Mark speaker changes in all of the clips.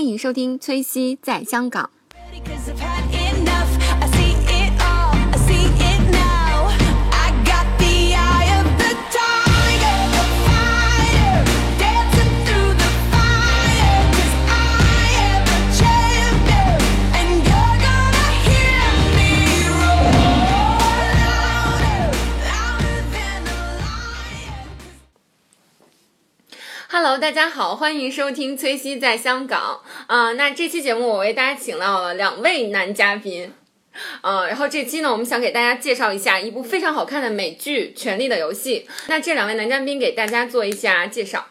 Speaker 1: 迎收听崔西在香港。
Speaker 2: Cause I've had enough. I see it all. I see it now. I got the eye of the tiger, the fire, dancing through the fire. 'Cause I am the champion, and you're gonna hear me roar louder, louder than a lion.
Speaker 1: Hello，大家好，欢迎收听崔西在香港。啊、那这期节目我为大家请到了两位男嘉宾。呃，然后这期呢，我们想给大家介绍一下一部非常好看的美剧《权力的游戏》。那这两位男嘉宾给大家做一下介绍。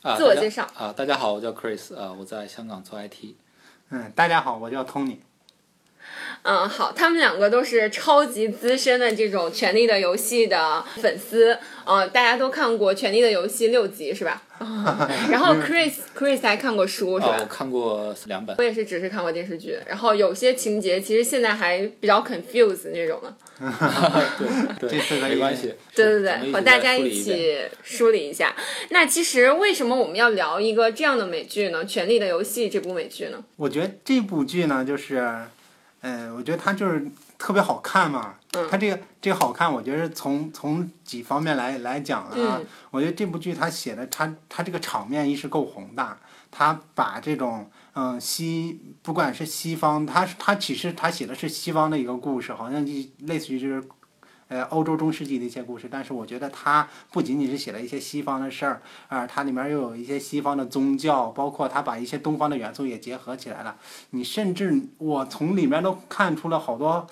Speaker 3: 啊，
Speaker 1: 自我
Speaker 3: 大家
Speaker 1: 介绍
Speaker 3: 啊，大家好，我叫 Chris 啊，我在香港做 IT
Speaker 4: 嗯，大家好，我叫 Tony。
Speaker 1: 嗯，好，他们两个都是超级资深的这种《权力的游戏》的粉丝，呃，大家都看过《权力的游戏》六集是吧？然后 Chris Chris 还看过书是
Speaker 3: 啊，
Speaker 1: 吧
Speaker 3: 我？看过两本
Speaker 1: 我，也是只是看过电视剧，然后有些情节其实现在还比较 confuse 那种的。
Speaker 3: 对
Speaker 4: 这次
Speaker 3: 对，
Speaker 4: 可以
Speaker 3: 没关系，
Speaker 1: 对对
Speaker 3: 咱们
Speaker 1: 对，
Speaker 3: 一
Speaker 1: 和
Speaker 3: 起
Speaker 1: 大家
Speaker 3: 再梳
Speaker 1: 一
Speaker 3: 理一遍
Speaker 1: 起梳理一下。那其实为什么我们要聊一个这样的美剧呢？《权力的游戏》这部美剧呢？
Speaker 4: 我觉得这部剧呢，就是，呃，我觉得它就是特别好看嘛。它这个这个好看，我觉得是从从几方面来来讲的啊。
Speaker 1: 嗯
Speaker 4: 我觉得这部剧它写的，它它这个场面一是够宏大，它把这种嗯西，不管是西方，它它其实它写的是西方的一个故事，好像就类似于就是。呃，欧洲中世纪的一些故事，但是我觉得它不仅仅是写了一些西方的事儿，啊、它里面又有一些西方的宗教，包括它把一些东方的元素也结合起来了。你甚至我从里面都看出了好多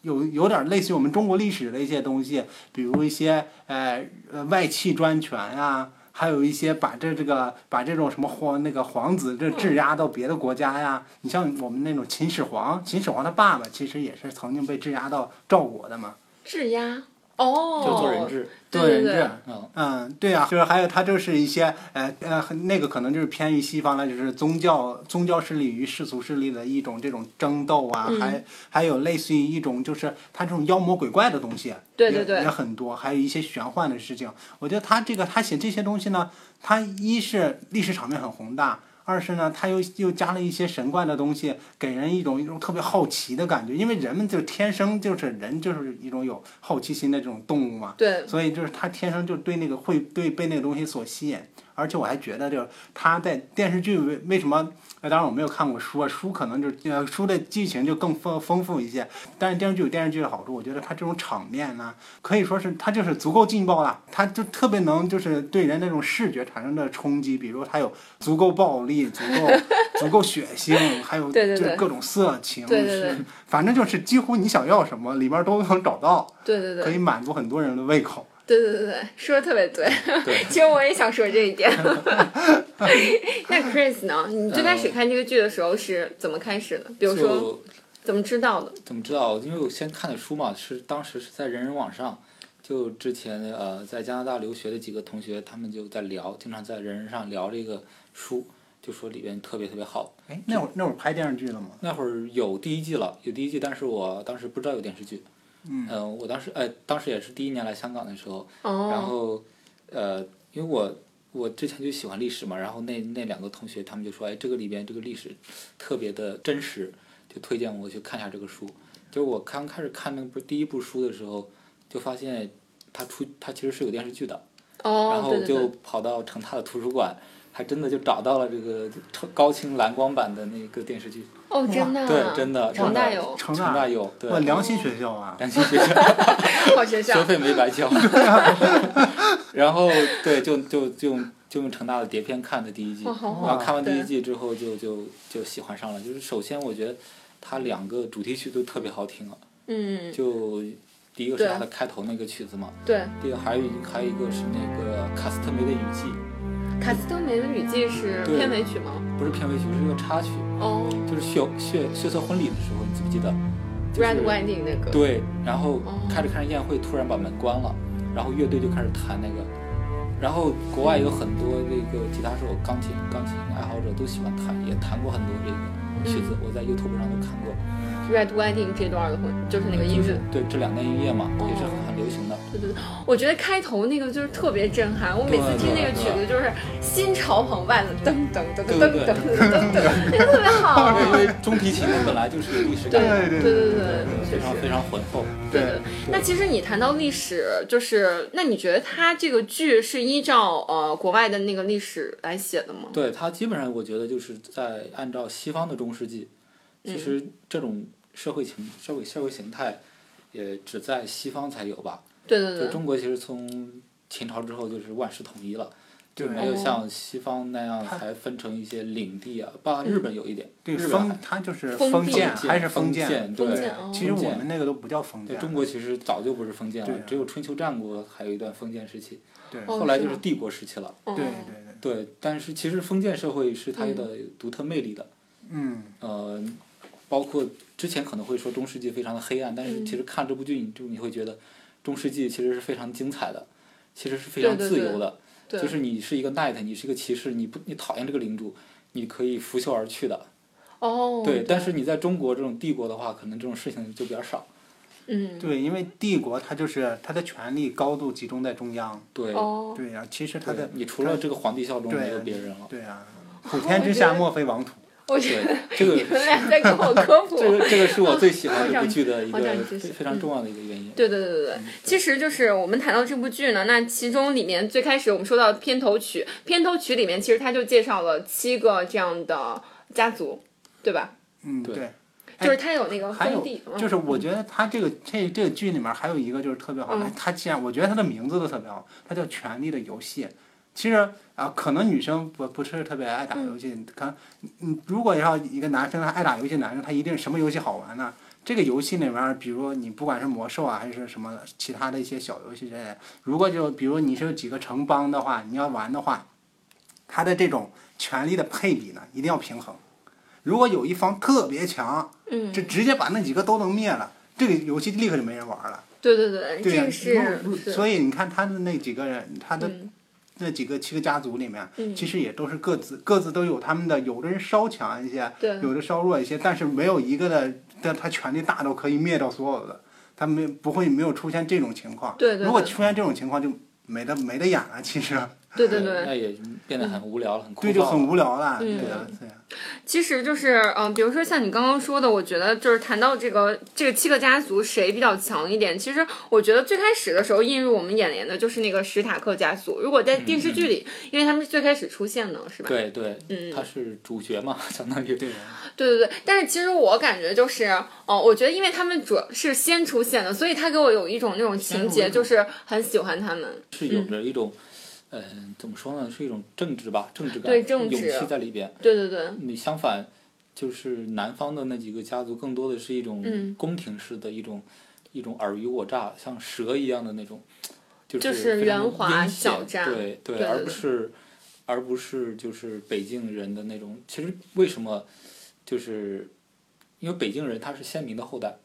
Speaker 4: 有有点类似于我们中国历史的一些东西，比如一些呃呃外戚专权呀、还有一些把这这个把这种什么皇那个皇子这质押到别的国家呀，你像我们那种秦始皇，秦始皇他爸爸其实也是曾经被质押到赵国的嘛，
Speaker 1: 质押哦，
Speaker 3: 就做人质，
Speaker 1: 对
Speaker 4: 对
Speaker 1: 对
Speaker 4: 人
Speaker 1: 对
Speaker 4: 质，
Speaker 3: 嗯，
Speaker 4: 嗯，对啊，就是还有它就是一些呃呃那个可能就是偏于西方了，就是宗教宗教势力与世俗势力的一种这种争斗啊，
Speaker 1: 嗯
Speaker 4: 还还有类似于一种就是它这种妖魔鬼怪的东西，
Speaker 1: 对对
Speaker 4: 也
Speaker 1: 对
Speaker 4: 也很多，还有一些玄幻的事情。我觉得他这个他写这些东西呢，他一是历史场面很宏大。二是呢，他又又加了一些神怪的东西，给人一种一种特别好奇的感觉，因为人们就天生就是人就是一种有好奇心的这种动物嘛，
Speaker 1: 对，
Speaker 4: 所以就是他天生就对那个会对被那个东西所吸引，而且我还觉得就是他在电视剧为为什么？呃，当然我没有看过书啊，书可能就是呃书的剧情就更丰丰富一些，但是电视剧有电视剧的好处，我觉得它这种场面呢、可以说是它就是足够劲爆了，它就特别能就是对人那种视觉产生的冲击，比如它有足够暴力、足 够足够血腥，还有
Speaker 1: 对对
Speaker 4: 就
Speaker 1: 对
Speaker 4: 是各种色情，
Speaker 1: 对对对
Speaker 4: 是反正就是几乎你想要什么里边都能找到，
Speaker 1: 对对对
Speaker 4: 可以满足很多人的胃口。
Speaker 1: 对对对对，说的特别对。
Speaker 3: 嗯对
Speaker 1: 其实我也想说这一点。 那 Chris 呢？你最开始看这个剧的时候是怎么开始的？比
Speaker 3: 哦
Speaker 1: 如说
Speaker 3: 嗯就
Speaker 1: 怎么知道的？
Speaker 3: 怎么知道？因为我先看的书嘛，是当时是在人人网上，就之前呃在加拿大留学的几个同学，他们就在聊，经常在人人上聊这个书，就说里边特别特别好。
Speaker 4: 哎，那会儿那会儿拍电视剧了吗？
Speaker 3: 那会儿有第一季了，有第一季，但是我当时不知道有电视剧。嗯、我当时哎，当时也是第一年来香港的时候，然
Speaker 1: 哦，
Speaker 3: 后呃，因为我我之前就喜欢历史嘛，然后那那两个同学他们就说，哎，这个里边这个历史特别的真实，就推荐我去看一下这个书。就我刚开始看那部第一部书的时候，就发现它出它其实是有电视剧的，然
Speaker 1: 哦，
Speaker 3: 后
Speaker 1: 对对
Speaker 3: 就
Speaker 1: 对，
Speaker 3: 跑到成大的图书馆。还真的就找到了这个超高清蓝光版的那个电视剧，
Speaker 1: 哦，真的啊，
Speaker 3: 对，真的。
Speaker 1: 成大有
Speaker 4: 成
Speaker 3: 哦成
Speaker 4: 大
Speaker 3: 大有，对，
Speaker 4: 哇，良心学校啊！
Speaker 3: 良心学校，
Speaker 1: 好学校
Speaker 3: 学，费没白交。然后对，就就就用就用成大的碟片看的第一季，
Speaker 1: 哇，
Speaker 3: 然
Speaker 1: 好
Speaker 3: 后
Speaker 1: 好，
Speaker 3: 看完第
Speaker 1: 对
Speaker 3: 一季之后就就就喜欢上了。就是首先我觉得它两个主题曲都特别好听啊，
Speaker 1: 嗯，
Speaker 3: 就第一个是
Speaker 1: 对
Speaker 3: 它的开头那个曲子嘛，
Speaker 1: 对，
Speaker 3: 第二个还有一还有一个是那个卡斯特梅的雨季，
Speaker 1: 卡斯特梅的雨季是
Speaker 3: 对
Speaker 1: 片尾曲吗？
Speaker 3: 不是片尾曲，是一个插曲，
Speaker 1: 哦
Speaker 3: 就是血血血色婚礼的时候，你记不记得？就是
Speaker 1: ，Red Wedding 那个，
Speaker 3: 对，然后
Speaker 1: 哦
Speaker 3: 开着开着宴会，突然把门关了，然后乐队就开始弹那个，然后国外有很多那个吉他手、钢
Speaker 1: 嗯
Speaker 3: 琴、钢琴爱好者都喜欢弹，也弹过很多这个曲子，我在 YouTube 上都看过。
Speaker 1: Red Wedding 这段的混，就是那个音
Speaker 3: 就
Speaker 1: 乐
Speaker 3: 是。对这两段音乐嘛，也是
Speaker 1: 哦
Speaker 3: 很流行的。
Speaker 1: 对对，对，我觉得开头那个就是特别震撼，我每次听那个曲子就是心潮澎湃的，噔噔噔噔噔噔噔噔，那个特别好。
Speaker 3: 因为中提琴本来就是历史
Speaker 1: 对
Speaker 3: 感
Speaker 1: 哦对对
Speaker 4: 对对
Speaker 1: 对，
Speaker 3: 非常非常浑厚。
Speaker 1: 对对。那其实你谈到历史，就是那你觉得它这个剧是依照呃国外的那个历史来写的吗？
Speaker 3: 对它基本上，我觉得就是在按照西方的中世纪，
Speaker 1: 嗯
Speaker 3: 其实这种社会情、社会社会形态，也只在西方才有吧。
Speaker 1: 对对
Speaker 3: 就
Speaker 1: 对，
Speaker 3: 中国其实从秦朝之后就是万世统一了，就
Speaker 4: 对
Speaker 3: 没有
Speaker 1: 哦
Speaker 3: 像西方那样才分成一些领地啊，包括日本有一点，
Speaker 4: 对
Speaker 3: 日本
Speaker 4: 封
Speaker 3: 还
Speaker 4: 它就是
Speaker 1: 封
Speaker 4: 封
Speaker 1: 建
Speaker 4: 建还是
Speaker 3: 封
Speaker 4: 建？
Speaker 1: 封
Speaker 3: 对
Speaker 1: 建哦。
Speaker 4: 其实我们那个都不叫封
Speaker 3: 对
Speaker 4: 建，
Speaker 3: 中国其实早就不是封建
Speaker 4: 对
Speaker 3: 了
Speaker 4: 啊，
Speaker 3: 只有春秋战国还有一段封建时期，
Speaker 4: 对
Speaker 1: 哦
Speaker 3: 后来就是
Speaker 1: 是吗
Speaker 3: 帝国时期了。
Speaker 1: 嗯
Speaker 4: 对对对，
Speaker 3: 对，但是其实封建社会是它的独特魅力的，
Speaker 4: 嗯，
Speaker 3: 呃，包括之前可能会说中世纪非常的黑暗，但是
Speaker 1: 嗯
Speaker 3: 其实看这部剧，你就你会觉得中世纪其实是非常精彩的，其实是非常
Speaker 1: 对对
Speaker 3: 自
Speaker 1: 对
Speaker 3: 由的。
Speaker 1: 对，
Speaker 3: 就是你是一个 knight，你是一个骑士，你不你讨厌这个领主，你可以拂袖而去的。
Speaker 1: 哦，
Speaker 3: 对，但是你在中国这种帝国的话，可能这种事情就比较少。
Speaker 1: 嗯，
Speaker 4: 对，因为帝国它就是它的权力高度集中在中央，
Speaker 3: 对，
Speaker 1: 哦，
Speaker 4: 对呀、其实它
Speaker 3: 对
Speaker 4: 的
Speaker 3: 你除了这个皇帝效忠，
Speaker 4: 对
Speaker 3: 没有别人了。
Speaker 4: 对呀、
Speaker 1: 哦
Speaker 4: 普天之下莫非王土，
Speaker 1: 我觉
Speaker 3: 对
Speaker 1: 得，
Speaker 3: 这个
Speaker 1: 你们俩在给我科 普。
Speaker 3: 这个这个是我最喜欢这部剧的一
Speaker 1: 我长
Speaker 3: 个
Speaker 1: 知
Speaker 3: 非
Speaker 1: 识
Speaker 3: 非常重要的一个原因。
Speaker 1: 对对对对对，其实就是我们谈到这部剧呢，那其中里面最开始我们说到片头曲，片头曲里面其实他就介绍了七个这样的家族，对吧？
Speaker 4: 嗯，
Speaker 3: 对
Speaker 4: 对。哎
Speaker 1: 就是他有那个
Speaker 4: 还有
Speaker 1: 封地，嗯
Speaker 4: 就是，我觉得他这个这这个剧里面还有一个就是特别好，
Speaker 1: 嗯
Speaker 4: 哎他既然我觉得他的名字都特别好，他叫《权力的游戏》。其实啊、可能女生不不是特别爱打
Speaker 1: 嗯
Speaker 4: 游戏，可能你你如果要一个男生他爱打游戏，男生他一定什么游戏好玩呢？这个游戏里面，比如你不管是魔兽啊，还是什么其他的一些小游戏之类的，如果就比如你是有几个城邦的话，你要玩的话，他的这种权力的配比呢，一定要平衡。如果有一方特别强，
Speaker 1: 嗯，
Speaker 4: 这直接把那几个都能灭了，这个游戏立刻就没人玩了。
Speaker 1: 对对对，
Speaker 4: 对
Speaker 1: 这
Speaker 4: 呀、
Speaker 1: 个
Speaker 4: 然后如
Speaker 1: 是，
Speaker 4: 所
Speaker 1: 以
Speaker 4: 以你看他的那几个人，他的
Speaker 1: 嗯
Speaker 4: 那几个七个家族里面，
Speaker 1: 嗯
Speaker 4: 其实也都是各自各自都有他们的，有的人稍强一些，
Speaker 1: 对
Speaker 4: 有的稍弱一些，但是没有一个的，但他权力大到可以灭掉所有的，他没不会没有出现这种情况。
Speaker 1: 对对对
Speaker 4: 如果出现这种情况就没得没得演了，其实
Speaker 1: 对对对，
Speaker 3: 那也变得很无聊了，很枯
Speaker 4: 对就
Speaker 3: 燥
Speaker 4: 很
Speaker 3: 了。
Speaker 4: 无聊了，
Speaker 1: 嗯
Speaker 4: 对啊，对啊。
Speaker 1: 其实就是，嗯、比如说像你刚刚说的，我觉得就是谈到这个这个七个家族谁比较强一点，其实我觉得最开始的时候映入我们眼帘的就是那个史塔克家族。如果在电视剧里，
Speaker 4: 嗯
Speaker 1: 因为他们是最开始出现的，是吧？
Speaker 3: 对对
Speaker 1: 嗯，
Speaker 3: 他是主角嘛， 相当于对
Speaker 1: 对对对，但是其实我感觉就是，哦、我觉得因为他们主要是先出现的，所以他给我有一种那种情节，
Speaker 4: 先入为主
Speaker 1: 就是很喜欢他们。
Speaker 3: 是有着一种，嗯，怎么说呢，是一种政治吧，政治感，
Speaker 1: 对政
Speaker 3: 勇
Speaker 1: 治
Speaker 3: 气在里边。
Speaker 1: 对对对，
Speaker 3: 你相反，就是南方的那几个家族，更多的是一
Speaker 1: 嗯
Speaker 3: 种宫廷式的一种、一种尔虞我诈，像蛇一样的那种，就是
Speaker 1: 就
Speaker 3: 就是
Speaker 1: 圆滑狡诈
Speaker 3: 对对
Speaker 1: 对
Speaker 3: 而
Speaker 1: 对
Speaker 3: 不
Speaker 1: 对
Speaker 3: 是而不是就是北京人的那种。其实为什么就是因为北京人他是先民的后代，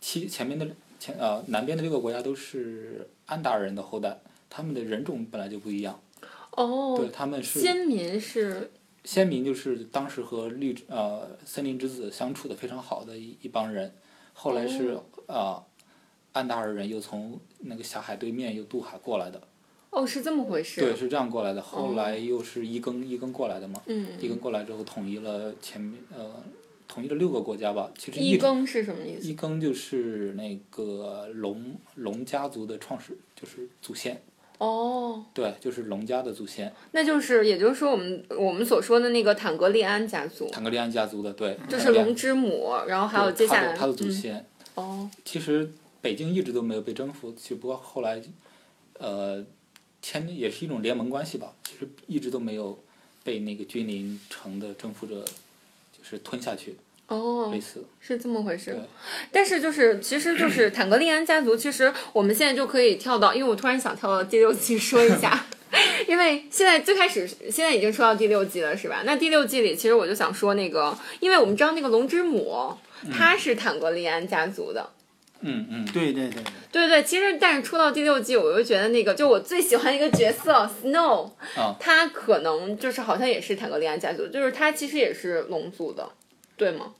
Speaker 3: 其前面的前呃南边的六个国家都是安达尔人的后代，他们的人种本来就不一样，对
Speaker 1: 哦，
Speaker 3: 他们是
Speaker 1: 先民是，
Speaker 3: 先民就是当时和绿呃森林之子相处的非常好的一一帮人，后来是、
Speaker 1: 哦
Speaker 3: 呃安达尔人又从那个狭海对面又渡海过来的，
Speaker 1: 哦，是这么回事。
Speaker 3: 对，是这样过来的。后来又是一更一更过来的嘛，一
Speaker 1: 嗯，
Speaker 3: 更过来之后统一了前面呃统一了六个国家吧，其实
Speaker 1: 一
Speaker 3: 一
Speaker 1: 更是什么意思？
Speaker 3: 一更就是那个龙龙家族的创始就是祖先，
Speaker 1: 哦。
Speaker 3: 对，就是龙家的祖先，
Speaker 1: 那就是，也就是说，我们我们所说的那个坦格利安家族，
Speaker 3: 坦格利安家族的，对，
Speaker 1: 就是龙之母，然后还有
Speaker 3: 对
Speaker 1: 接下
Speaker 3: 他
Speaker 1: 来
Speaker 3: 的他的祖
Speaker 1: 嗯
Speaker 3: 先。
Speaker 1: 哦，
Speaker 3: 其实北京一直都没有被征服，只不过后来，呃，签的也是一种联盟关系吧。其实一直都没有被那个君临城的征服者就是吞下去，
Speaker 1: 哦
Speaker 3: 类，似。
Speaker 1: 是这么回事
Speaker 3: 对。
Speaker 1: 但是就是，其实就是坦格利安家族，其实我们现在就可以跳到，因为我突然想跳到第六季说一下。 因为现在最开始，现在已经说到第六季了，是吧？那第六季里，其实我就想说那个，因为我们知道那个龙之母，她是坦格利安家族的，
Speaker 3: 嗯嗯，
Speaker 4: 对对对，
Speaker 1: 对对，其实但是出到第六季，我就觉得那个，就我最喜欢一个角色 Snow，
Speaker 3: 啊
Speaker 1: 他可能就是好像也是坦格利安家族，就是他其实也是龙族的，对吗？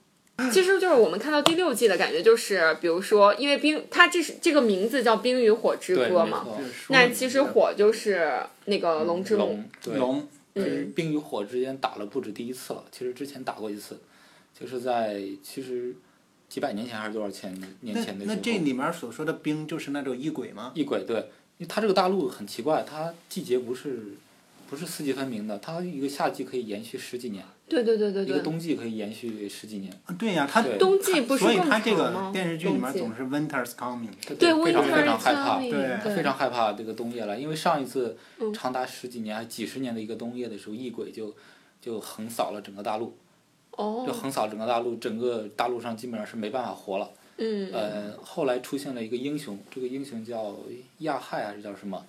Speaker 1: 其实就是我们看到第六季的感觉，就是比如说，因为冰，它这是这个名字叫《冰与火之
Speaker 3: 对，
Speaker 1: 歌》
Speaker 3: 没
Speaker 1: 嘛，
Speaker 3: 错嗯
Speaker 4: 就是说
Speaker 1: 那其实火嗯就是那个龙之龙，
Speaker 3: 龙对
Speaker 4: 龙
Speaker 3: 对，冰与火之间打了不止第一次了，其实之前打过一次，就是在其实几百年前还是多少前年
Speaker 4: 那
Speaker 3: 前的时
Speaker 4: 那
Speaker 3: 候。
Speaker 4: 这里面所说的冰就是那种异鬼吗？
Speaker 3: 异鬼对，因为它这个大陆很奇怪，它季节不是不是四季分明的，它一个夏季可以延续十几年，
Speaker 1: 对对对对
Speaker 3: 一个
Speaker 1: 对，
Speaker 3: 冬季可以延续十几年。
Speaker 4: 啊对呀、它
Speaker 3: 对
Speaker 1: 冬季不是
Speaker 4: 所以
Speaker 1: 更
Speaker 4: 它这
Speaker 1: 长
Speaker 4: 个
Speaker 1: 吗？
Speaker 4: 电视剧里面
Speaker 1: 冬季
Speaker 4: 总是 winter's coming，
Speaker 3: 它
Speaker 1: 对
Speaker 3: 非
Speaker 1: Winter
Speaker 3: 常非常害
Speaker 1: is
Speaker 3: 怕，
Speaker 1: coming，
Speaker 4: 对
Speaker 3: 他非常害怕这个冬夜了，因为上一次
Speaker 1: 嗯
Speaker 3: 长达十几年、还几十年的一个冬夜的时候，异鬼就就横扫了整个大陆，就
Speaker 1: 哦，
Speaker 3: 横扫整个大陆，整个大陆上基本上是没办法活了。
Speaker 1: 嗯，
Speaker 3: 呃，后来出现了一个英雄，这个英雄叫亚亥还是叫什么？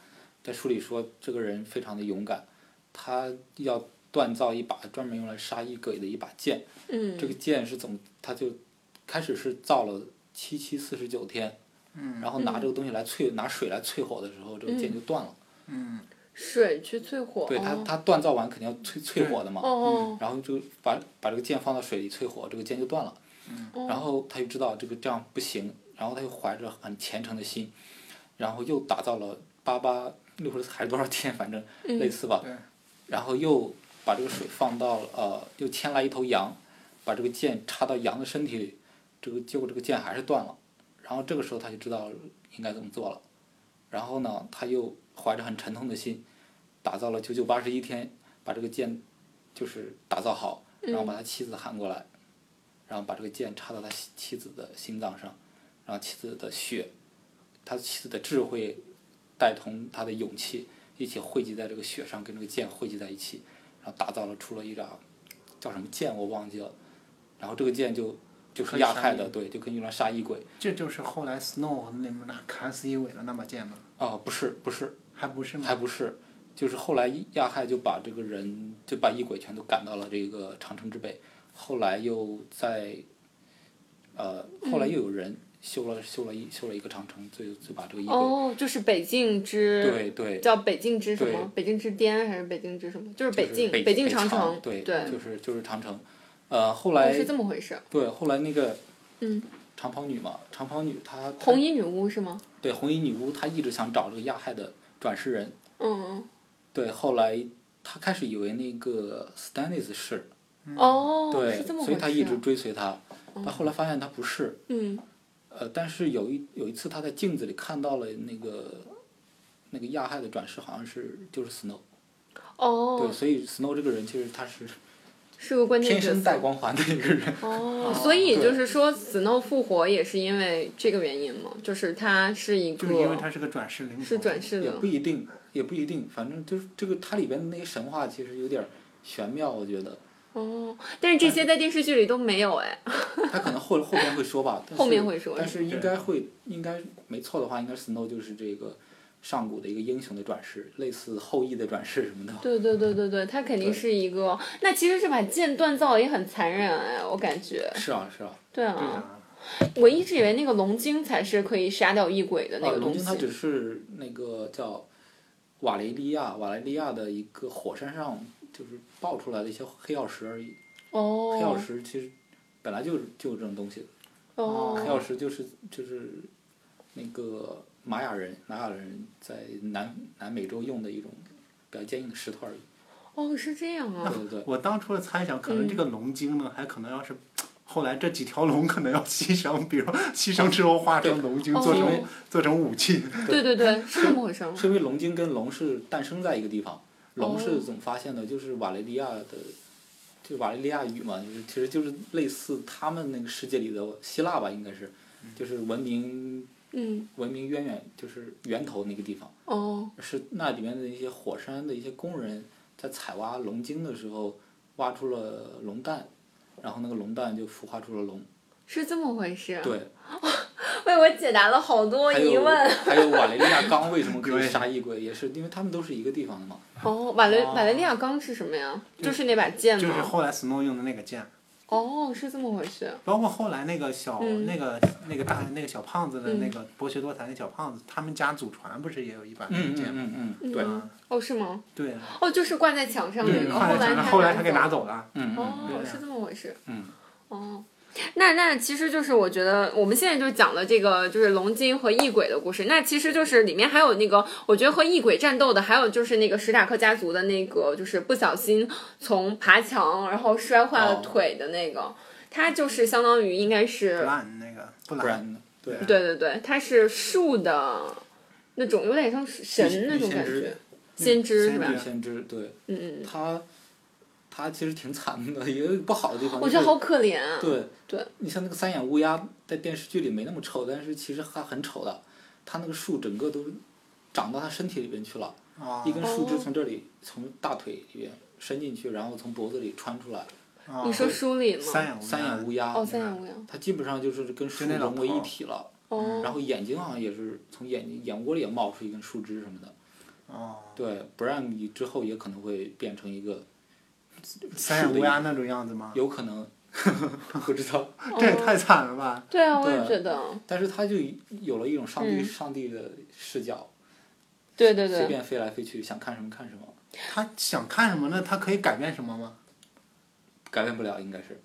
Speaker 3: 在书里说这个人非常的勇敢，他要锻造一把专门用来杀异鬼的一把剑，
Speaker 1: 嗯，
Speaker 3: 这个剑是怎么？他就开始是造了七七四十九天，然后拿
Speaker 1: 嗯
Speaker 3: 这个东西来淬，拿水来淬火的时候，这个剑就断了。
Speaker 4: 嗯
Speaker 1: 水去淬火，
Speaker 3: 对他嗯
Speaker 1: 哦，
Speaker 3: 他锻造完肯定要淬淬火的嘛，
Speaker 1: 哦
Speaker 3: 然后就把把这个剑放到水里淬火，这个剑就断了。
Speaker 1: 哦，
Speaker 3: 然后他就知道这个这样不行，然后他又怀着很虔诚的心，然后又打造了八八六十还是多少天，反正类似吧。
Speaker 4: 对
Speaker 3: 然后又把这个水放到呃，又牵来一头羊，把这个箭插到羊的身体里，这个结果这个箭还是断了。然后这个时候他就知道应该怎么做了。然后呢，他又怀着很沉痛的心，打造了九九八十一天，把这个箭就是打造好，然后把他妻子喊过来，然后把这个箭插到他妻妻子的心脏上，然后妻子的血，他妻子的智慧，带同他的勇气一起汇集在这个血上，跟这个箭汇集在一起，然后打造了出了一把叫什么剑我忘记了，然后这个剑就就
Speaker 4: 可
Speaker 3: 是
Speaker 4: 以
Speaker 3: 亚
Speaker 4: 杀
Speaker 3: 亥
Speaker 4: 异
Speaker 3: 的，对，就可以用来杀异鬼。
Speaker 4: 这就是后来 Snow 那么那砍死一尾的那把剑吗？
Speaker 3: 啊、不是不是，
Speaker 4: 还不是吗？
Speaker 3: 还不是，就是后来亚亥就把这个人就把异鬼全都赶到了这个长城之北，后来又在，呃，后来
Speaker 1: 嗯
Speaker 3: 又有人修了、修了一修了一个长城，最就把这个异鬼，
Speaker 1: 哦，就是北境之，
Speaker 3: 对对，
Speaker 1: 叫北境之什
Speaker 3: 对
Speaker 1: 么？北境之巅还是北境之什么？就是
Speaker 3: 就是
Speaker 1: 境，
Speaker 3: 北
Speaker 1: 京长城
Speaker 3: 长，，对
Speaker 1: 对，
Speaker 3: 就是就是长城，呃，后
Speaker 1: 哦
Speaker 3: 来
Speaker 1: 是这么回事。
Speaker 3: 对后来那个
Speaker 1: 嗯，
Speaker 3: 长袍女嘛，长袍女她她
Speaker 1: 红衣女巫是吗？
Speaker 3: 对红衣女巫，她一直想找这个亚亥的转世人，
Speaker 1: 嗯，
Speaker 3: 对，后来她开始以为那个 Stannis 是。
Speaker 1: 嗯哦，
Speaker 3: 对
Speaker 1: 是这，么
Speaker 3: 所
Speaker 1: 回
Speaker 3: 以
Speaker 1: 事。哦
Speaker 3: 他一直追随他，但后来发现他不是。
Speaker 1: 嗯
Speaker 3: 呃，但是有一有一次他在镜子里看到了那个那个亚亥的转世，好像是就是 Snow。
Speaker 1: 哦
Speaker 3: 对，，所以 Snow 这个人其实他是
Speaker 1: 是个关键
Speaker 3: 天
Speaker 1: 角
Speaker 3: 生带
Speaker 1: 色。
Speaker 3: 光环的一个人。
Speaker 4: 啊
Speaker 1: 哦，所以就是说死 n 复活也是因为这个原因嘛，就是他是一
Speaker 4: 就是因为
Speaker 1: 个
Speaker 4: 它是个转世灵童。
Speaker 1: 是转世
Speaker 3: 也
Speaker 1: 的
Speaker 3: 不，一定，也不一定，反正就是这个它里边的那些神话其实有点儿玄妙，我觉得。
Speaker 1: 哦，但是这些在电视剧里都没有哎，
Speaker 3: 他可能后后面会说吧，但是
Speaker 1: 后面会说
Speaker 3: 但是应该会，应该没错的话，应该 Snow 就是这个上古的一个英雄的转世，类似后羿的转世什么的。
Speaker 1: 对对对对对，他肯定
Speaker 3: 对
Speaker 1: 是一个。那其实这把剑锻造也很残忍哎，我感觉。
Speaker 3: 是啊，是啊。
Speaker 1: 对
Speaker 4: 对
Speaker 1: 啊，
Speaker 4: 啊，
Speaker 1: 我一直以为那个龙晶才是可以杀掉异鬼的那
Speaker 3: 啊，
Speaker 1: 个
Speaker 3: 龙
Speaker 1: 东
Speaker 3: 津它
Speaker 1: 西。
Speaker 3: 只是那个叫瓦雷利亚，瓦雷利亚的一个火山上就是爆出来的一些黑曜石而已。黑曜
Speaker 1: 哦
Speaker 3: 石其实本来就是就有这种东西，黑
Speaker 1: 哦
Speaker 3: 曜石就是就是那个玛雅人，玛雅人在南南美洲用的一种比较坚硬的石头而已。
Speaker 1: 哦，是这样啊
Speaker 3: 对。对对。
Speaker 4: 我当初的猜想，可能这个
Speaker 1: 嗯
Speaker 4: 龙精呢，还可能要是后来这几条龙可能要牺牲，比如牺牲之后化成龙精，
Speaker 1: 哦
Speaker 4: 做成做成武器。
Speaker 1: 对对对，是这么回事吗？
Speaker 3: 是因为龙精跟龙是诞生在一个地方，龙
Speaker 1: 哦
Speaker 3: 是怎么发现的？就是瓦雷利亚的，就瓦雷利亚语嘛，就是其实就是类似他们那个世界里的希腊吧，应该是，就是文明
Speaker 1: 嗯，
Speaker 3: 文明渊源就是源头那个地方，
Speaker 1: 哦
Speaker 3: 是那里面的一些火山的一些工人在采挖龙精的时候挖出了龙蛋，然后那个龙蛋就孵化出了龙，
Speaker 1: 是这么回事。，
Speaker 3: 对，
Speaker 1: 为我解答了好多
Speaker 3: 还有
Speaker 1: 疑问。
Speaker 3: 还有瓦雷利亚刚为什么可以
Speaker 4: 对
Speaker 3: 杀异鬼，也是因为他们都是一个地方的嘛。
Speaker 1: 哦，瓦雷
Speaker 4: 哦
Speaker 1: 瓦雷利亚钢是什么呀？就是那把剑
Speaker 4: 就是
Speaker 1: 吗？
Speaker 4: 后来 Snow 用的那个剑，
Speaker 1: 哦，是这么回事。
Speaker 4: 包括后来那个小、
Speaker 1: 嗯
Speaker 4: 那个那个大那个小胖子的
Speaker 1: 嗯
Speaker 4: 那个博学多才那小胖子，他们家祖传不是也有一把那
Speaker 3: 嗯
Speaker 4: 个剑吗？
Speaker 3: 嗯嗯嗯，对。
Speaker 1: 嗯哦，是吗？
Speaker 4: 对啊，
Speaker 1: 哦，就是挂在墙上那
Speaker 3: 嗯
Speaker 4: 对，
Speaker 1: 个，
Speaker 4: 后来
Speaker 1: 来
Speaker 4: 他
Speaker 1: 他
Speaker 4: 后来他给拿
Speaker 1: 走
Speaker 4: 走了。
Speaker 3: 嗯嗯
Speaker 1: 了。
Speaker 4: 对
Speaker 1: 哦，
Speaker 4: 啊
Speaker 1: 是这么回事。
Speaker 3: 嗯，
Speaker 1: 哦，那那其实就是我觉得我们现在就讲了这个就是龙筋和异鬼的故事，那其实就是里面还有那个我觉得和异鬼战斗的，还有就是那个史塔克家族的那个就是不小心从爬墙然后摔坏了
Speaker 3: 哦
Speaker 1: 腿的那个，他就是相当于应该是
Speaker 4: 布兰那个
Speaker 3: 不
Speaker 4: 布兰，
Speaker 3: 然呢？对啊
Speaker 1: 对对对，他是树的那种有点像神那种感觉，先知是吧？
Speaker 3: 预嗯先知对
Speaker 1: 嗯嗯，嗯
Speaker 3: 他，他其实挺惨的， 也有不好的地方。
Speaker 1: 我觉得好可怜啊。
Speaker 3: 对
Speaker 1: 对，
Speaker 3: 你像那个三眼乌鸦，在电视剧里没那么丑，但是其实它很丑的。它那个树整个都长到它身体里边去了，
Speaker 4: 啊
Speaker 3: 一根树枝
Speaker 1: 哦
Speaker 3: 从这里从大腿里边伸进去，然后从脖子里穿出来。
Speaker 4: 啊
Speaker 1: 你说书里吗？
Speaker 4: 三眼无
Speaker 3: 三眼
Speaker 4: 眼
Speaker 3: 乌鸦，
Speaker 1: 哦，三眼无恙。
Speaker 3: 它基本上就是跟树
Speaker 4: 就那老
Speaker 3: 融为
Speaker 4: 头
Speaker 3: 一
Speaker 4: 儿
Speaker 3: 体了。
Speaker 1: 哦，
Speaker 3: 然后眼睛好像也是从眼睛眼窝里也冒出一根树枝什么的。
Speaker 4: 哦，
Speaker 3: 对，不然你之后也可能会变成一个，
Speaker 4: 三眼乌鸦那种样子吗？
Speaker 3: 有可能 不知道。
Speaker 4: 这也
Speaker 1: 哦
Speaker 4: 太惨了吧！
Speaker 1: 对啊，我也
Speaker 3: 对
Speaker 1: 觉得，
Speaker 3: 但是它就有了一种上帝、
Speaker 1: 嗯
Speaker 3: 上帝的视角，
Speaker 1: 对对
Speaker 3: 随
Speaker 1: 对，
Speaker 3: 便飞来飞去，想看什么看什么，
Speaker 4: 他想看什么呢？他可以改变什么吗？
Speaker 3: 改变不了应该是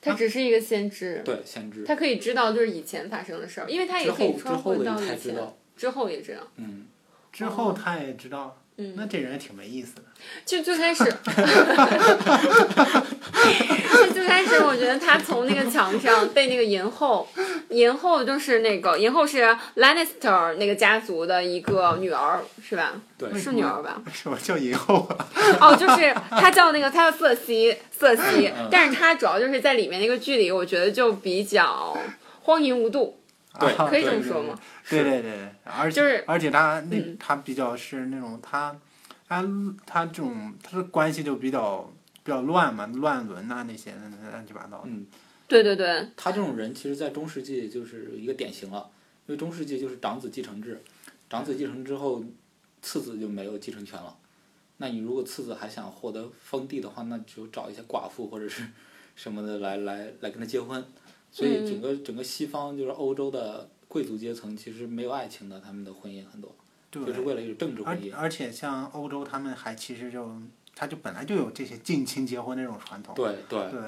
Speaker 1: 他只是一个先知，
Speaker 3: 对先知。
Speaker 1: 他可以知道就是以前发生的事儿，因为他也
Speaker 3: 之
Speaker 1: 可以
Speaker 3: 后之
Speaker 1: 穿
Speaker 3: 后
Speaker 1: 回
Speaker 3: 的
Speaker 1: 到
Speaker 3: 你才
Speaker 1: 以
Speaker 3: 知
Speaker 1: 前，
Speaker 3: 道，
Speaker 1: 之后也知道。
Speaker 3: 嗯，
Speaker 4: 之后他也知道，那
Speaker 1: 哦嗯，
Speaker 4: 这人也挺没意思的。
Speaker 1: 就最开始，就最开始，我觉得他从那个墙上被那个银后，银后就是那个银后是 Lannister 那个家族的一个女儿，是吧？
Speaker 3: 对，
Speaker 1: 是女儿吧？
Speaker 4: 什么叫以后啊？
Speaker 1: 哦，就是他叫那个，他叫瑟西，瑟西
Speaker 3: 嗯，
Speaker 1: 但是他主要就是在里面那个剧里，我觉得就比较荒淫无度，
Speaker 3: 对
Speaker 4: 啊
Speaker 1: 可以这么说吗？？
Speaker 4: 对对对对对，而且
Speaker 1: 就是
Speaker 4: 而且他那、
Speaker 1: 嗯
Speaker 4: 他比较是那种他他他这种他的关系就比较比较乱嘛，乱伦呐、那些乱七八糟的。
Speaker 3: 嗯，
Speaker 1: 对对对，
Speaker 3: 他这种人其实，在中世纪就是一个典型了，因为中世纪就是长子继承制，长子继承之后，次子就没有继承权了。那你如果次子还想获得封地的话，那只有找一些寡妇或者是什么的来来来跟他结婚。所以整个整个西方就是欧洲的贵族阶层其实没有爱情的，他们的婚姻很多
Speaker 4: 对，
Speaker 3: 就是为了一种政治
Speaker 4: 而
Speaker 3: 婚姻。
Speaker 4: 而且像欧洲他们还其实就他就本来就有这些近亲结婚那种传统。
Speaker 3: 对对，
Speaker 4: 对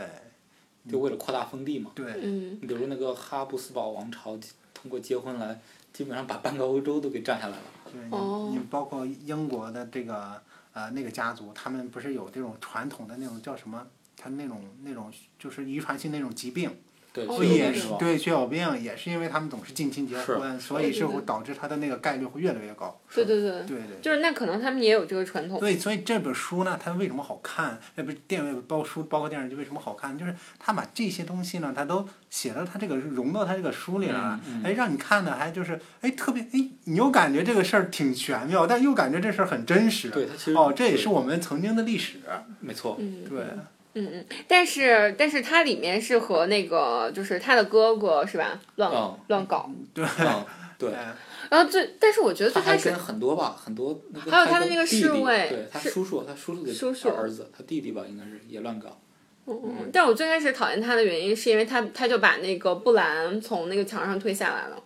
Speaker 3: 就为了扩大封地嘛。
Speaker 4: 嗯对
Speaker 1: 嗯，
Speaker 3: 你比如那个哈布斯堡王朝通过结婚来，基本上把半个欧洲都给占下来了。
Speaker 4: 对，你、
Speaker 1: 哦
Speaker 4: 你包括英国的这个呃那个家族，他们不是有这种传统的那种叫什么？他那种那种就是遗传性那种疾病，
Speaker 3: 对，
Speaker 1: 哦
Speaker 3: 所以
Speaker 1: 有
Speaker 4: 也
Speaker 1: 那
Speaker 4: 是
Speaker 1: 种
Speaker 4: 对血小病，也是因为他们总是近亲结
Speaker 3: 是
Speaker 4: 婚，所以是
Speaker 1: 对
Speaker 4: 会
Speaker 1: 对
Speaker 4: 导致他的那个概率会越来越高。
Speaker 1: 对对对，
Speaker 4: 对对。
Speaker 1: 就是那可能他们也有这个传统，
Speaker 4: 所以，所以这本书呢，它为什么好看？呃，不是电影，包括书，包括电视剧为什么好看？就是他把这些东西呢，他都写到他这个融到他这个书里来了，
Speaker 3: 嗯嗯
Speaker 4: 哎，让你看的还就是哎特别哎，你又感觉这个事儿挺玄妙，但又感觉这事儿很真实。
Speaker 3: 对它其实
Speaker 4: 哦，这也
Speaker 3: 对
Speaker 4: 是我们曾经的历史。
Speaker 3: 没错，
Speaker 1: 嗯，
Speaker 4: 对，
Speaker 1: 嗯嗯，但是但是它里面是和那个就是他的哥哥是吧，乱
Speaker 3: 嗯
Speaker 1: 乱搞，
Speaker 4: 对，
Speaker 3: 嗯，对，
Speaker 4: 哎
Speaker 1: 然后最，但是我觉得
Speaker 3: 他
Speaker 1: 最
Speaker 3: 还
Speaker 1: 开始
Speaker 3: 跟很多吧，很多那个
Speaker 1: 还有他的
Speaker 3: 的
Speaker 1: 那个侍卫
Speaker 3: 对他
Speaker 1: 是
Speaker 3: 叔叔，他叔叔的
Speaker 1: 叔叔
Speaker 3: 儿子，他弟弟吧，应该是也乱搞，
Speaker 1: 嗯，但我最开始讨厌他的原因是因为他他就把那个布兰从那个墙上推下来了，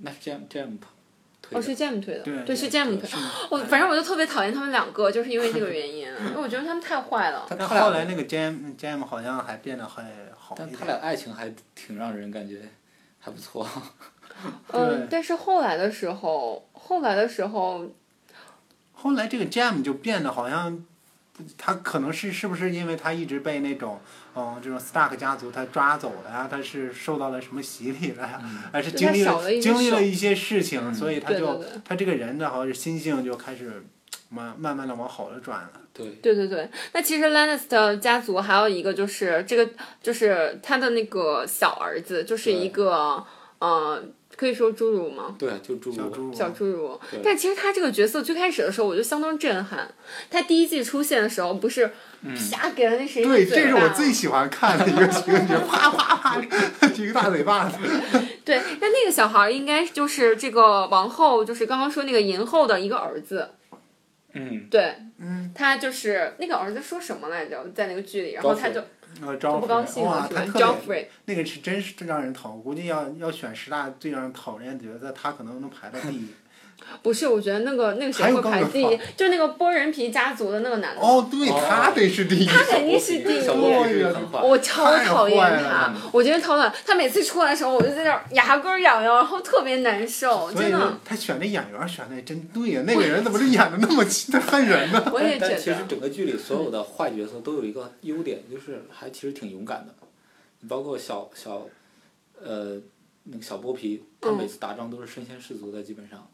Speaker 3: 那是 Jam Jam 推
Speaker 1: 哦，是
Speaker 3: 的，
Speaker 1: Jam 推的，
Speaker 4: 对
Speaker 1: 对，是 Jam 推 的，哦我反正我就特别讨厌他们两个，就是因为这个原因，因为我觉得他们太坏了。
Speaker 3: 但
Speaker 4: 但
Speaker 3: 他
Speaker 4: 后
Speaker 3: 俩
Speaker 4: 来那个 Jam Jam 好像还变得很好
Speaker 3: 但
Speaker 4: 一
Speaker 3: 他俩
Speaker 4: 点。
Speaker 3: 爱情还挺让人感觉还不错，
Speaker 1: 嗯
Speaker 4: 对，
Speaker 1: 但是后来的时候，后来的时候，
Speaker 4: 后来这个 Jam 就变得好像，他可能是是不是因为他一直被那种，嗯，这种 Stark 家族他抓走了呀，他是受到了什么洗礼了呀，还是
Speaker 1: 嗯对
Speaker 4: 经历
Speaker 1: 他
Speaker 4: 了
Speaker 1: 少了一只
Speaker 4: 经历
Speaker 1: 手
Speaker 4: 了一些事情，
Speaker 3: 嗯
Speaker 4: 所以他
Speaker 1: 对
Speaker 4: 就
Speaker 1: 对对
Speaker 4: 他这个人呢，好像是心性就开始慢慢慢的往好了转了。
Speaker 3: 对，
Speaker 1: 对对对，那其实 Lannister 家族还有一个就是这个就是他的那个小儿子，就是一个呃，可以说侏儒吗？
Speaker 3: 对，啊就诸
Speaker 4: 小
Speaker 3: 如
Speaker 4: 猪，
Speaker 1: 小侏儒
Speaker 3: 对。
Speaker 1: 但其实他这个角色最开始的时候，我就相当震撼。他第一季出现的时候，不是啪给了那谁一
Speaker 4: 嗯对，
Speaker 1: 个嘴
Speaker 4: 这是
Speaker 1: 巴
Speaker 4: 我
Speaker 1: 吗
Speaker 4: 最喜欢看的一个情节，啪啪啪，几个大嘴巴子。
Speaker 1: 对。那那个小孩儿应该就是这个王后，就是刚刚说那个银后的一个儿子。
Speaker 3: 嗯，
Speaker 1: 对，
Speaker 4: 嗯，
Speaker 1: 他就是那个儿子说什么来着？在那个剧里，然后他就
Speaker 4: 呃，
Speaker 1: 就
Speaker 4: 招
Speaker 1: 不高兴
Speaker 4: 哇，
Speaker 1: 了，是吧
Speaker 4: 他特别
Speaker 1: ？Joffrey，
Speaker 4: 那个是真是让人讨，我估计要要选十大最让人讨厌的角色，他可能能排到第一。
Speaker 1: 不是，我觉得那个那个谁
Speaker 4: 还有
Speaker 1: 会
Speaker 4: 高
Speaker 1: 排
Speaker 4: 远
Speaker 1: 第
Speaker 4: 华
Speaker 1: 一，就是那个波人皮家族的那个男的。
Speaker 4: 哦，对
Speaker 3: 哦
Speaker 4: 他得是第一，他
Speaker 1: 肯定是第一
Speaker 3: 小莫不
Speaker 4: 哎
Speaker 3: 是
Speaker 4: 呀
Speaker 3: 很坏，
Speaker 1: 我超讨厌
Speaker 4: 太坏
Speaker 1: 他
Speaker 4: 了，
Speaker 1: 我觉得超讨厌他。每次出来的时候，我就在那儿牙根儿痒痒，然后特别难受，
Speaker 4: 所以
Speaker 1: 真的
Speaker 4: 说。他选这演员选的真对呀，那个人怎么就演的那么恨人呢？
Speaker 1: 我也觉
Speaker 3: 但其实
Speaker 1: 得，嗯
Speaker 3: 整个剧里所有的坏角色都有一个优点，就是还其实挺勇敢的，包括小小，呃，那个小剥皮，他
Speaker 1: 嗯
Speaker 3: 每次打仗都是身先士卒的，基本上，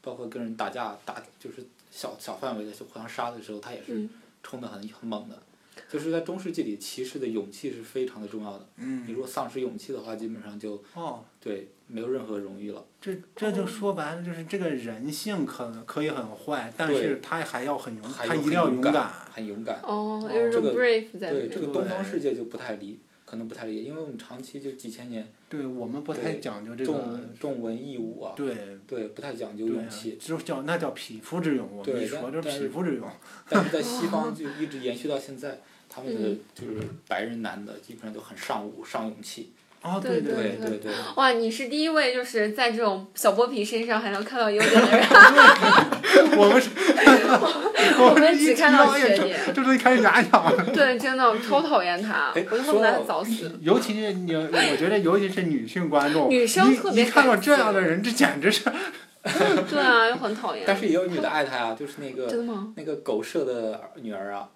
Speaker 3: 包括跟人打架打就是小小范围的就互相杀的时候，他也是
Speaker 1: 嗯
Speaker 3: 冲的很很猛的。就是在中世纪里，骑士的勇气是非常的重要的。你
Speaker 4: 嗯，
Speaker 3: 如果丧失勇气的话，基本上就
Speaker 4: 哦，
Speaker 3: 对没有任何荣誉了。
Speaker 4: 这这就说白了，就是这个人性可可以很坏，但是他还要很勇，
Speaker 3: 还
Speaker 4: 嗯他
Speaker 3: 有
Speaker 4: 一定
Speaker 3: 很
Speaker 4: 要
Speaker 3: 勇
Speaker 4: 敢。
Speaker 3: 很勇敢。
Speaker 1: 哦，有一
Speaker 3: 这
Speaker 1: 种
Speaker 3: 个
Speaker 1: brave 在里
Speaker 3: 对这
Speaker 1: 面。
Speaker 3: 个东方
Speaker 4: 对
Speaker 3: 世界就不太理，可能不太理解，因为我们长期就几千年。
Speaker 4: 对我们不太
Speaker 3: 对
Speaker 4: 讲究这个
Speaker 3: 重，重文抑武啊，
Speaker 4: 对
Speaker 3: 对，不太讲究
Speaker 4: 对
Speaker 3: 勇
Speaker 4: 啊，
Speaker 3: 气。
Speaker 4: 就叫那叫匹夫之勇。我们
Speaker 3: 对
Speaker 4: 一说
Speaker 3: 但
Speaker 4: 这
Speaker 3: 但
Speaker 4: 匹
Speaker 3: 是
Speaker 4: 夫之勇，
Speaker 3: 但是在西方就一直延续到现在，他们的就是白人男的基本上都很尚武、尚勇气。
Speaker 4: 啊，
Speaker 1: 对
Speaker 4: 对
Speaker 3: 对
Speaker 1: 对
Speaker 3: 对对，
Speaker 1: 哇，你是第一位，就是在这种小剥皮身上还能看到优点的人，
Speaker 4: 我们是，
Speaker 1: 我
Speaker 4: 我
Speaker 1: 们
Speaker 4: 一
Speaker 1: 只看
Speaker 4: 提
Speaker 1: 到
Speaker 4: 到也
Speaker 1: 缺
Speaker 4: 成
Speaker 1: 点。
Speaker 4: 这都开始牙痒了。
Speaker 1: 对，真的我超讨厌他，
Speaker 3: 哎
Speaker 1: 我就恨不
Speaker 3: 说
Speaker 1: 得
Speaker 3: 到
Speaker 1: 他早 死。
Speaker 4: 尤其是你，我觉得尤其是女性观众，
Speaker 1: 女生
Speaker 4: 一
Speaker 1: 特别
Speaker 4: 一看到
Speaker 1: 感
Speaker 4: 这样
Speaker 1: 性
Speaker 4: 的人，这简直是
Speaker 1: 对啊，又很讨厌。
Speaker 3: 但是也有女的爱他呀，就是那
Speaker 1: 真的
Speaker 3: 个
Speaker 1: 吗？
Speaker 3: 那个狗社的女儿啊，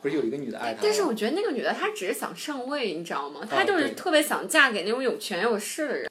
Speaker 3: 不是有一个女的爱他吗？
Speaker 1: 但是我觉得那个女的她只是想上位，你知道吗？她
Speaker 3: 啊
Speaker 1: 就是
Speaker 3: 对
Speaker 1: 特别想嫁给那种有权有势的人。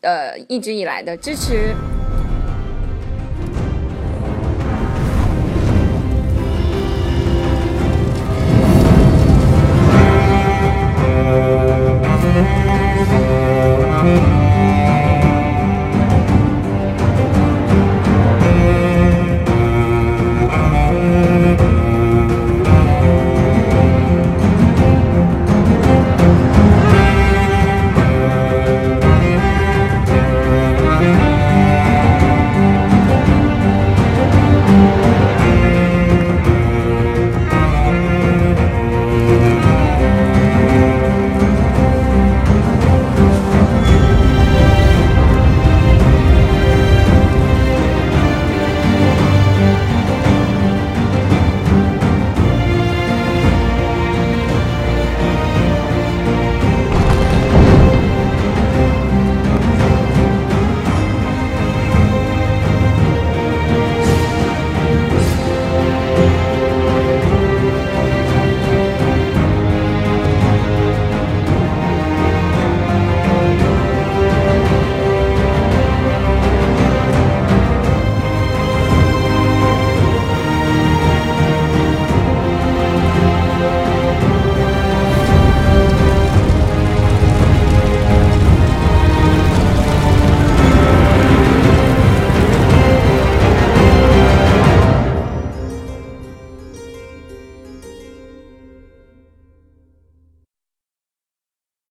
Speaker 1: 呃一直以来的支持，